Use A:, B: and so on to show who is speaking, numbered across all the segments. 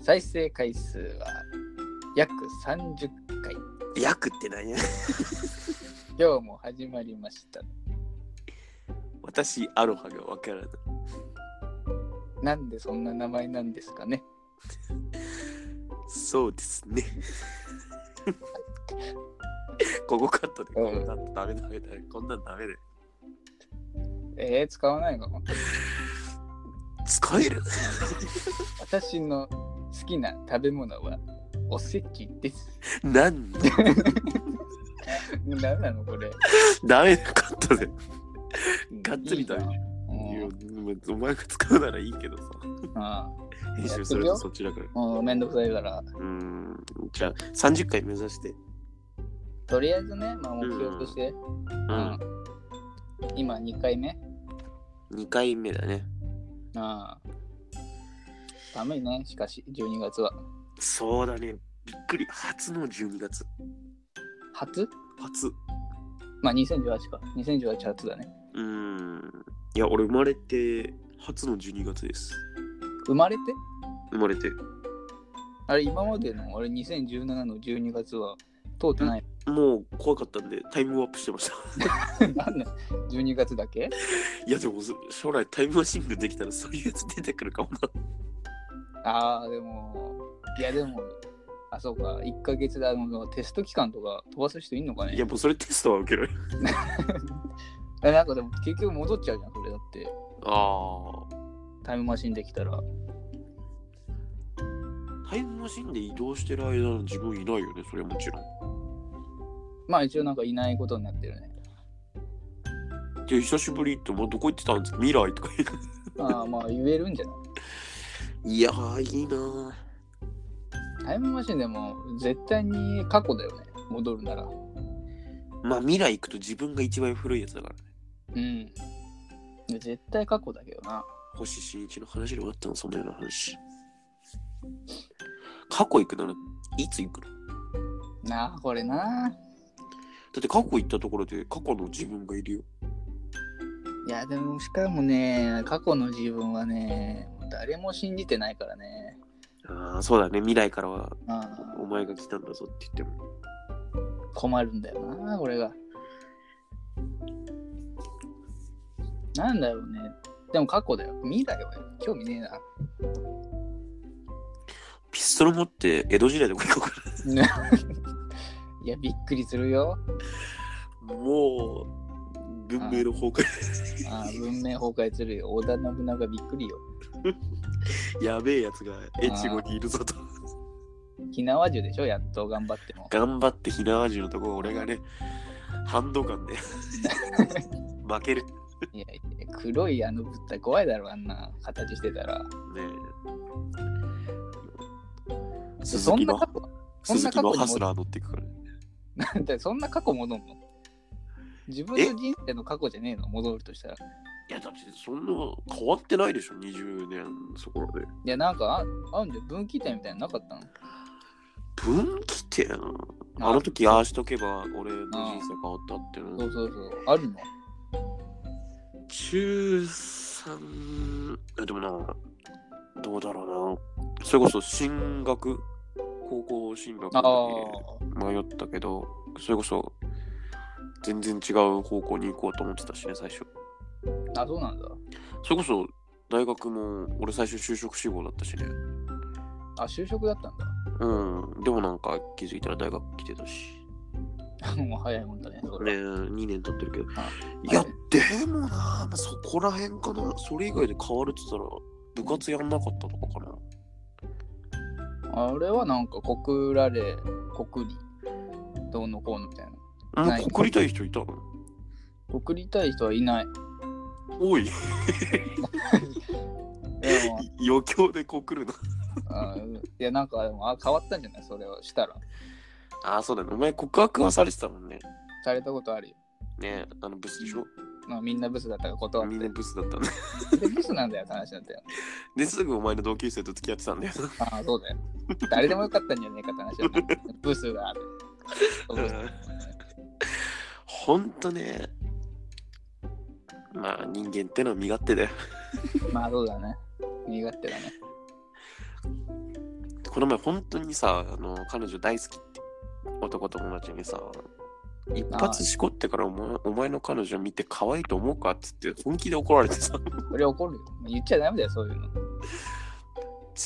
A: 再生回数は約30回。
B: 約って何や
A: 今日も始まりました。
B: 私、アロハがわからない。
A: なんでそんな名前なんですかね
B: そうですね。 ここカットで、こんなんダメダメダメ、こんなんダメで。
A: えー、使わないの
B: 使える
A: 私の好きな食べ物はおせちです。
B: なんで
A: 何なのこれ。
B: ダメだ、カットで。 がっつり食べる
A: いいな。
B: い
A: う
B: や
A: ん
B: お前が使うならいいけどさ。
A: あ
B: 編集するとそっちだから。
A: あもうめんどくさいから。
B: うーん。じゃあ、30回目指して。
A: とりあえずね、まあ、目標として、
B: う
A: うん今2回目。
B: ん。2回目だね。
A: ああ寒いね、しかし、12月は。
B: そうだね。びっくり。初の12月。
A: 初
B: 初。
A: まあ2018か。2018初だね。
B: うーん。いや、俺生まれて初の12月です。
A: 生まれて
B: 生まれて。
A: あれ、今までの俺2017の12月は通ってない。
B: もう怖かったんでタイムアップしてました。
A: なんだ ?12 月だけ
B: いや、でもそ将来タイムマシングできたらそういうやつ出てくるかもな。
A: ああ、でも、いやでも、あ、そうか、1ヶ月であのテスト期間とか飛ばす人いんのかね
B: いや、もうそれテストは受けろよ。
A: えなんかでも結局戻っちゃうじゃん、それだって。
B: あ
A: タイムマシンできたら。
B: あ。タイムマシンで移動してる間の自分いないよね、それはもちろん。
A: まあ一応なんかいないことになってるね。
B: じゃあ久しぶりって、もうどこ行ってたんですか未来とか言。
A: ああ、まあ言えるんじゃないう
B: いやー、いいなー
A: タイムマシンでも絶対に過去だよね、戻るなら。
B: まあ未来行くと自分が一番古いやつだからね。
A: うん。で絶対過去だけどな。
B: 星新一の話で終わったの、そんなような話。過去行くなら、いつ行くのだ
A: なあ、これな。
B: って過去行ったところで過去の自分がいるよ。
A: いや、でもしかもね、過去の自分はね、誰も信じてないからね。
B: ああ、そうだね。未来からは
A: あ
B: お前が来たんだぞって言っても。
A: あ困るんだよな、これが。なんだろうね。でも過去だよ。未来はよ興味ねえな。
B: ピストル持って江戸時代でも行こうか
A: いや、びっくりするよ。
B: な。もう、文明の崩壊。
A: ああ文明崩壊するよ。織田信長びっくりよ。
B: やべえやつが越後にいるぞと。
A: 火縄銃でしょ、やっと頑張っても。
B: 頑張って火縄銃のところ俺がね、ハンド ガンで負ける。ね
A: いやいや、黒いあの物体怖いだろ、あんな形してたら。
B: え。
A: そ
B: 鈴
A: ん
B: 木
A: な
B: の
A: 過去、そん
B: 鈴
A: な
B: 木
A: 過去に
B: の
A: 戻
B: ハスラー乗っていくからね。
A: なんだよそんな過去戻んの自分の人生の過去じゃねえの戻るとしたら。い
B: いやだってそんな変わってないでしょ、20年そこらで。
A: や、なんかあ、あんじゃん分岐点みたいなのなかったの
B: 分岐点あの時ああしとけば俺の人生変わったっていうの
A: そうそうそう。あるの
B: 中3えでもなどうだろうなそれこそ進学高校進学
A: ああ
B: の時迷ったけどそれこそ全然違う方向に行こうと思ってたしね最初
A: ー、あ、そうなんだ。
B: それこそ大学も俺最初就職志望だったしね
A: あ、就職だったんだ。
B: うんでもなんか気づいたら大学来てたし
A: もう早いもんだね、 そ
B: ね
A: れ。
B: 2年経ってるけど
A: あ
B: いやでもな、まあ、そこら辺かなそれ以外で変わるって言ったら部活やんなかったとかかな
A: あれはなんか、告られ、告り、どうのこうのみたいな。
B: も
A: ないう
B: 告りたい人いたの
A: 告りたい人はいない。
B: おい、
A: でも、
B: 余興で告るな。
A: あーいや、なんか、でもあ変わったんじゃないそれをしたら。
B: ああ、そうだね。お前告白はされてたもんね。
A: されたことあるよ。
B: ねえ、あのブスでしょ
A: まあ、みんなブスだったから断っ
B: みんなブスだったね。
A: て。でブスなんだよ、話なんだよ。
B: で、すぐお前の同級生と付き合ってたんだよ。
A: ああ、そうだよ。誰でもよかったんじゃねえかって話だな。ブスがある。
B: ほんとね。まあ、人間ってのは身勝手だよ。
A: まあ、そうだね。苦手だね。
B: この前本当にさあの彼女大好きって男友達にさ一発しこってからお前お前の彼女見て可愛いと思うかっつって本気で怒られてさ
A: それ怒るよ。言っちゃダメだよ、そういうの。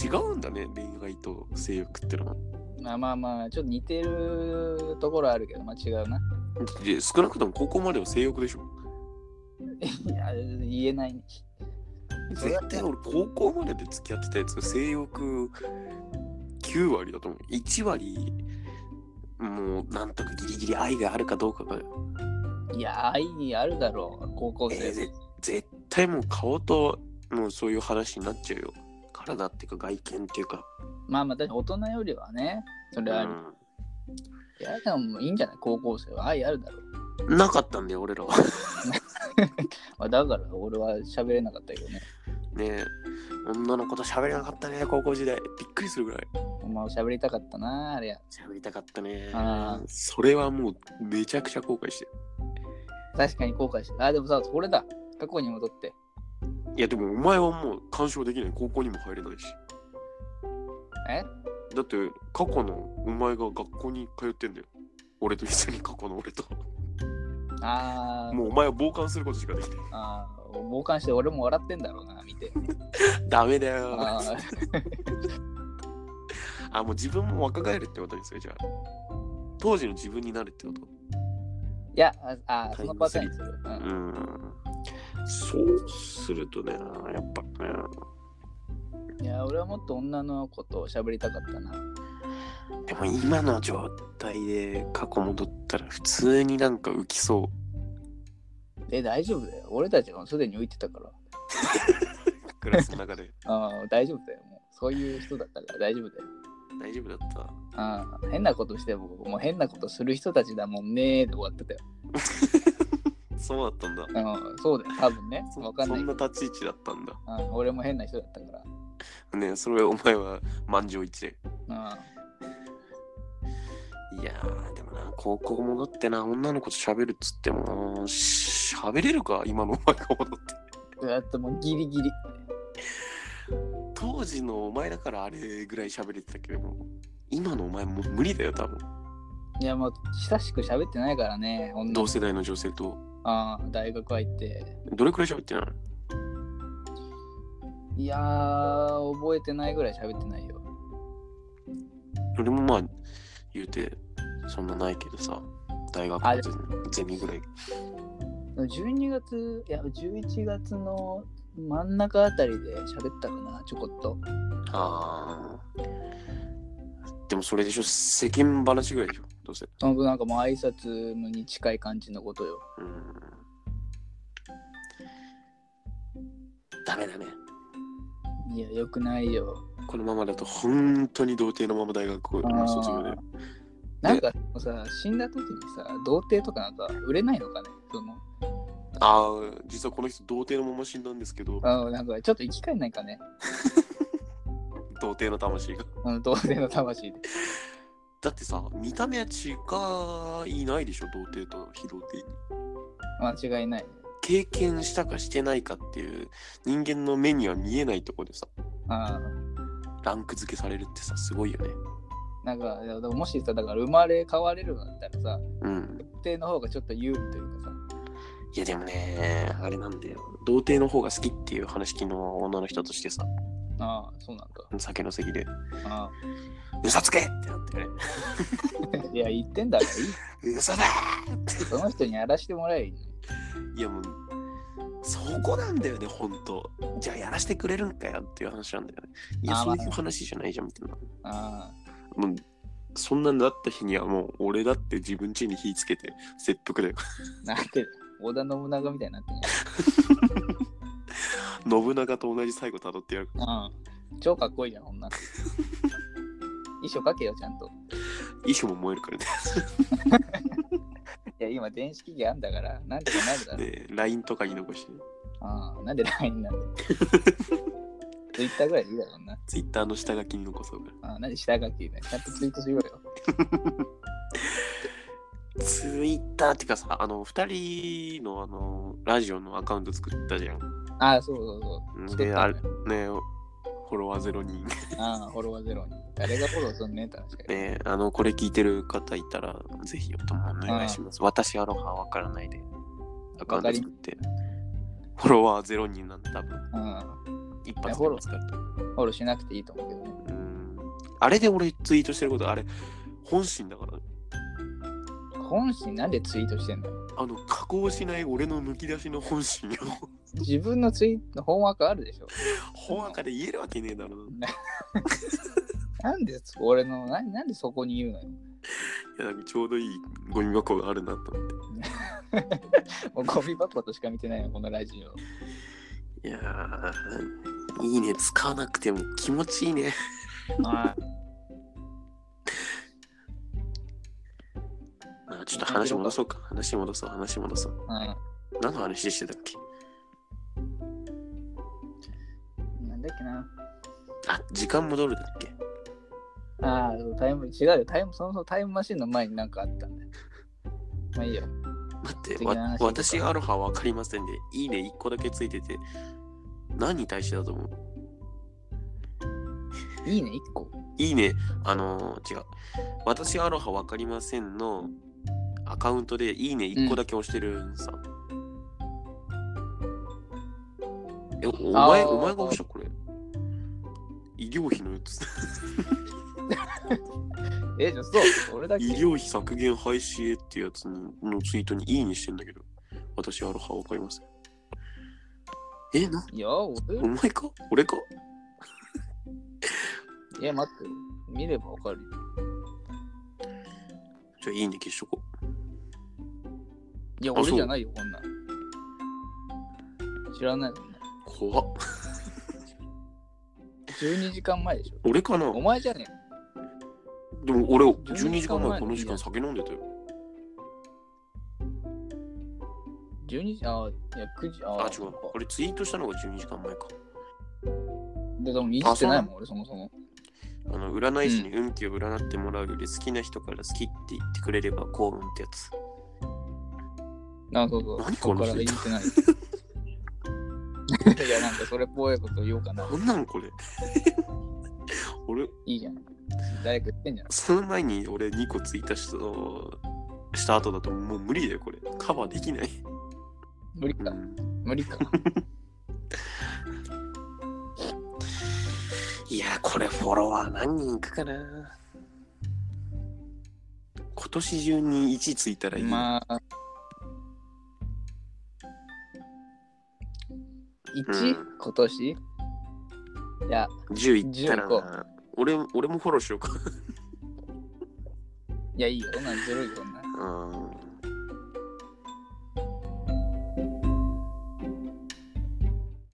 B: 違うんだね恋愛と性欲ってのは
A: まあまあまあ、ちょっと似てるところあるけど、まあ違うな。
B: で少なくともここまでは性欲でしょ
A: いや、言えない、ね。それだ
B: 絶対俺高校までで付き合ってたやつ性欲9割だと思う1割もうなんとかギリギリ愛があるかどうかが
A: いや、愛にあるだろう、高校
B: え
A: 生。
B: ーぜ絶対もう顔ともうそういう話になっちゃうよ体っていうか外見っていうか、
A: まあまあ、確かに大人よりはね、それはある。いや、でもいいんじゃない高校生は愛あるだろう。
B: うんなかったんだよ俺らは
A: まあ、だから俺は喋れなかったけどね。
B: ねえ女の子と喋れなかったね高校時代びっくりするぐらい
A: お前喋りたかったな、あれや。
B: 喋りたかったね
A: あー
B: それはもうめちゃくちゃ後悔してる
A: 確かに後悔してる。あ、でもさ、これだ。過去に戻って。
B: いやでもお前はもう干渉できない高校にも入れないし
A: え
B: だって過去のお前が学校に通ってんだよ俺と一緒に過去の 俺と
A: あー
B: もうお前は傍観することしかできない
A: あー、傍観して俺も笑ってんだろうな、見て。
B: ダメだよ
A: あー
B: あ、もう自分も若返るってことにするじゃん。当時の自分になるってこと。
A: いや、ああ
B: タ
A: そ
B: イ
A: の
B: ム
A: パ
B: ス
A: ターン
B: リッ
A: にする。う
B: うんん。そうするとね、やっぱね、
A: いや、俺はもっと女の子と喋りたかったな。
B: でも今の状態で過去戻ったら普通になんか浮きそ
A: え、大丈夫だよ。俺たちはすでに浮いてたから。
B: う。クラスの 中で。
A: あー大丈夫だよ。もうそういう人だったから大丈夫だよ。
B: 大丈夫だった。
A: あー変なことしても、もう変なことする人たちだもんねーで終わってたよ。
B: そうだったんだ。
A: うん、そうだよ。多分ね。
B: そ
A: わかん
B: そ
A: ない
B: ん
A: けど
B: な立ち位置だったんだ。
A: うん俺も変な人だったから。
B: ねそれお前は満場一致。
A: うん
B: いやー、でもな、高校戻ってな、女の子と喋るっつってもな、喋れるか、今のお前が戻って。
A: だってもうギリギリ。
B: 当時のお前だからあれぐらい喋れてたけども今のお前もう無理だよ多分
A: いやもう親しく喋ってないからね、女の
B: 同
A: 子
B: 世代の女性と
A: あー大学入って。
B: どれくらい喋ってない
A: いやー、覚えてないぐらい喋ってないよ。
B: 俺もまあ言うてそんなないけどさ大学
A: あ
B: のゼミゼミぐらい
A: 12月、いや、11月の真ん中あたりで喋ったかな、ちょこっと。
B: あーでもそれでしょ世間話ぐらいでしょどうせ
A: ほんとなんかもう挨拶のに近い感じのことよ。
B: うんダメだね
A: いや、よくないよ。
B: このままだと本当に童貞のまま大学を卒業で
A: あーなんかさ、死んだ時にさ、童貞とかなんか売れないのかねその、
B: ああ実はこの人童貞のまま死んだんですけど
A: あーなんかちょっと生き返んないかね。
B: 童貞の魂が
A: あの童貞の魂で。
B: だってさ見た目は違いないでしょ童貞と非童貞に
A: 間違いない。
B: 経験したかしてないかっていう人間の目には見えないとこでさ
A: あー
B: ランク付けされるってさすごいよね
A: なんか、いやでももしさ、だから生まれ変われるんだったらさ、
B: うん
A: 童貞の方がちょっと有利というかさ、
B: いやでもねあれなんだよ童貞の方が好きっていう話昨日女の人としてさ
A: ああ、そうなんだ。
B: 酒の席で
A: あ
B: 「嘘つけ!」ってなってね
A: あいや、言ってんだからいいって、
B: 「嘘だー!」って
A: その人にやらしてもらえばいいのに
B: いやもうそこなんだよねほんとじゃあやらせてくれるんかよっていう話なんだよねいや
A: あー
B: そういう話じゃないじゃんみたいな
A: あ
B: もうそんなんだった日にはもう俺だって自分家に火つけて切腹だよ
A: あ、なんて、織田信長みたいになってん
B: 信長と同じ最後たどってやる
A: やん。うん。超かっこいいじゃん、こんなの。衣装かけよ、ちゃんと。
B: 衣装も燃えるからね
A: いや、今、電子機器あんだから、なんでかなるだろう。
B: で LINE とかに残して
A: ああ、なんで LINE なんだよ。Twitter ぐらいでいいだろうな。
B: Twitter の下書きに残そうか
A: ああ、なんで下書きね。ちゃんとツイートしろよ。
B: ら Twitter ってかさあの2人のあのラジオのアカウント作ったじゃん
A: ああ、そうそうそう。
B: で
A: 作った
B: あ
A: ん
B: れ
A: だ
B: ねフォロワーゼロ人
A: ああ、フォロワーゼロに。誰がフォローすんねんって話だけど
B: ねあの、これ聞いてる方いたら、ぜひお願いします。私、アロハわからないで、アカウント作って、フォロワー0人なんで多分、
A: うん。
B: 一発で見つかると。
A: フォローしなくていいと思うけどね。
B: うんあれで俺ツイートしてること、あれ、本心だからね、
A: 本心なんでツイートしてんだよ。
B: あの、加工しない俺の抜き出しの本心を、
A: 自分のツイート、本枠あるでしょ。
B: 本垢で言えるわけねえだろ。
A: なんで俺の、ななんでそこに言うのよ。
B: いや、なんかちょうどいいゴミ箱があるなと
A: も
B: 思っ
A: うゴミ箱としか見てないの、このラジオ。
B: て。いやー、いいね、使わなくても気持ちいいね。
A: あ
B: あちょっと話戻そうか。話戻そう、話戻そう。
A: あ、
B: 何の話してたっけ
A: うん。なんだっけな。
B: あ、時間戻るだっけ
A: ああ、タイム、違うよ。タイム、そもそもタイムマシンの前になんかあったんだよ。まあいいよ。
B: 待って、
A: 次の話
B: わ
A: 行こうか
B: 私アロハわかりませんで、いいね1個だけついてて、何に対してだと思う
A: いいね、1個。
B: いいね、あのー違う。私アロハわかりませんのアカウントでいいね1個だけ押してるんさ。え、お前、
A: あー
B: お前が押したこれ。医療費のや つ。
A: え、じゃあそう。俺だけ。
B: 医療費削減廃止へってやつのツイートにいいにしてんだけど、私アロハわかりません。え、ない
A: や、俺
B: お前か俺か
A: いや、待って。見ればわかるよ。
B: じゃあいいね消しとこう。
A: いや、
B: あそう
A: 俺じゃないよ、こんなん。知らないもんな。
B: 怖っ。
A: 12時間前でしょ。
B: 俺かな
A: お前じゃね
B: でも俺
A: 12
B: 12時間前この時間酒飲んでたよ。
A: え。12時、ああ、いや、9時、あ
B: あ
A: あ、
B: 違う。あれツイートしたのが12時間前か。
A: で、でも、いじってないもん、俺、そもそも。
B: あの占い師に運気を占ってもらうより好きな人から好きって言ってくれれば幸運ってやつ。
A: なあ、そうそう。
B: 何
A: そ
B: こ
A: っ
B: の
A: から
B: 人
A: いじ ってない。いや、なんか、それっぽいこと言おうかな。
B: なんなのこれ 俺、
A: いいじゃん。誰か言ってんじゃん。
B: その前に俺2個ツイートしたした後だともう無理だよこれ。カバーできない。
A: 無理
B: う
A: か。
B: ん
A: 無理か。
B: いや、これフォロワー何人いくかな。今年中に1ついたらいい。
A: まあ。1、
B: うん
A: 今年いや、
B: 10いったら
A: 10行こ
B: な。俺俺もフォローしようか。
A: いや、いいよ。そんなんずるいよ、そんなん。
B: うん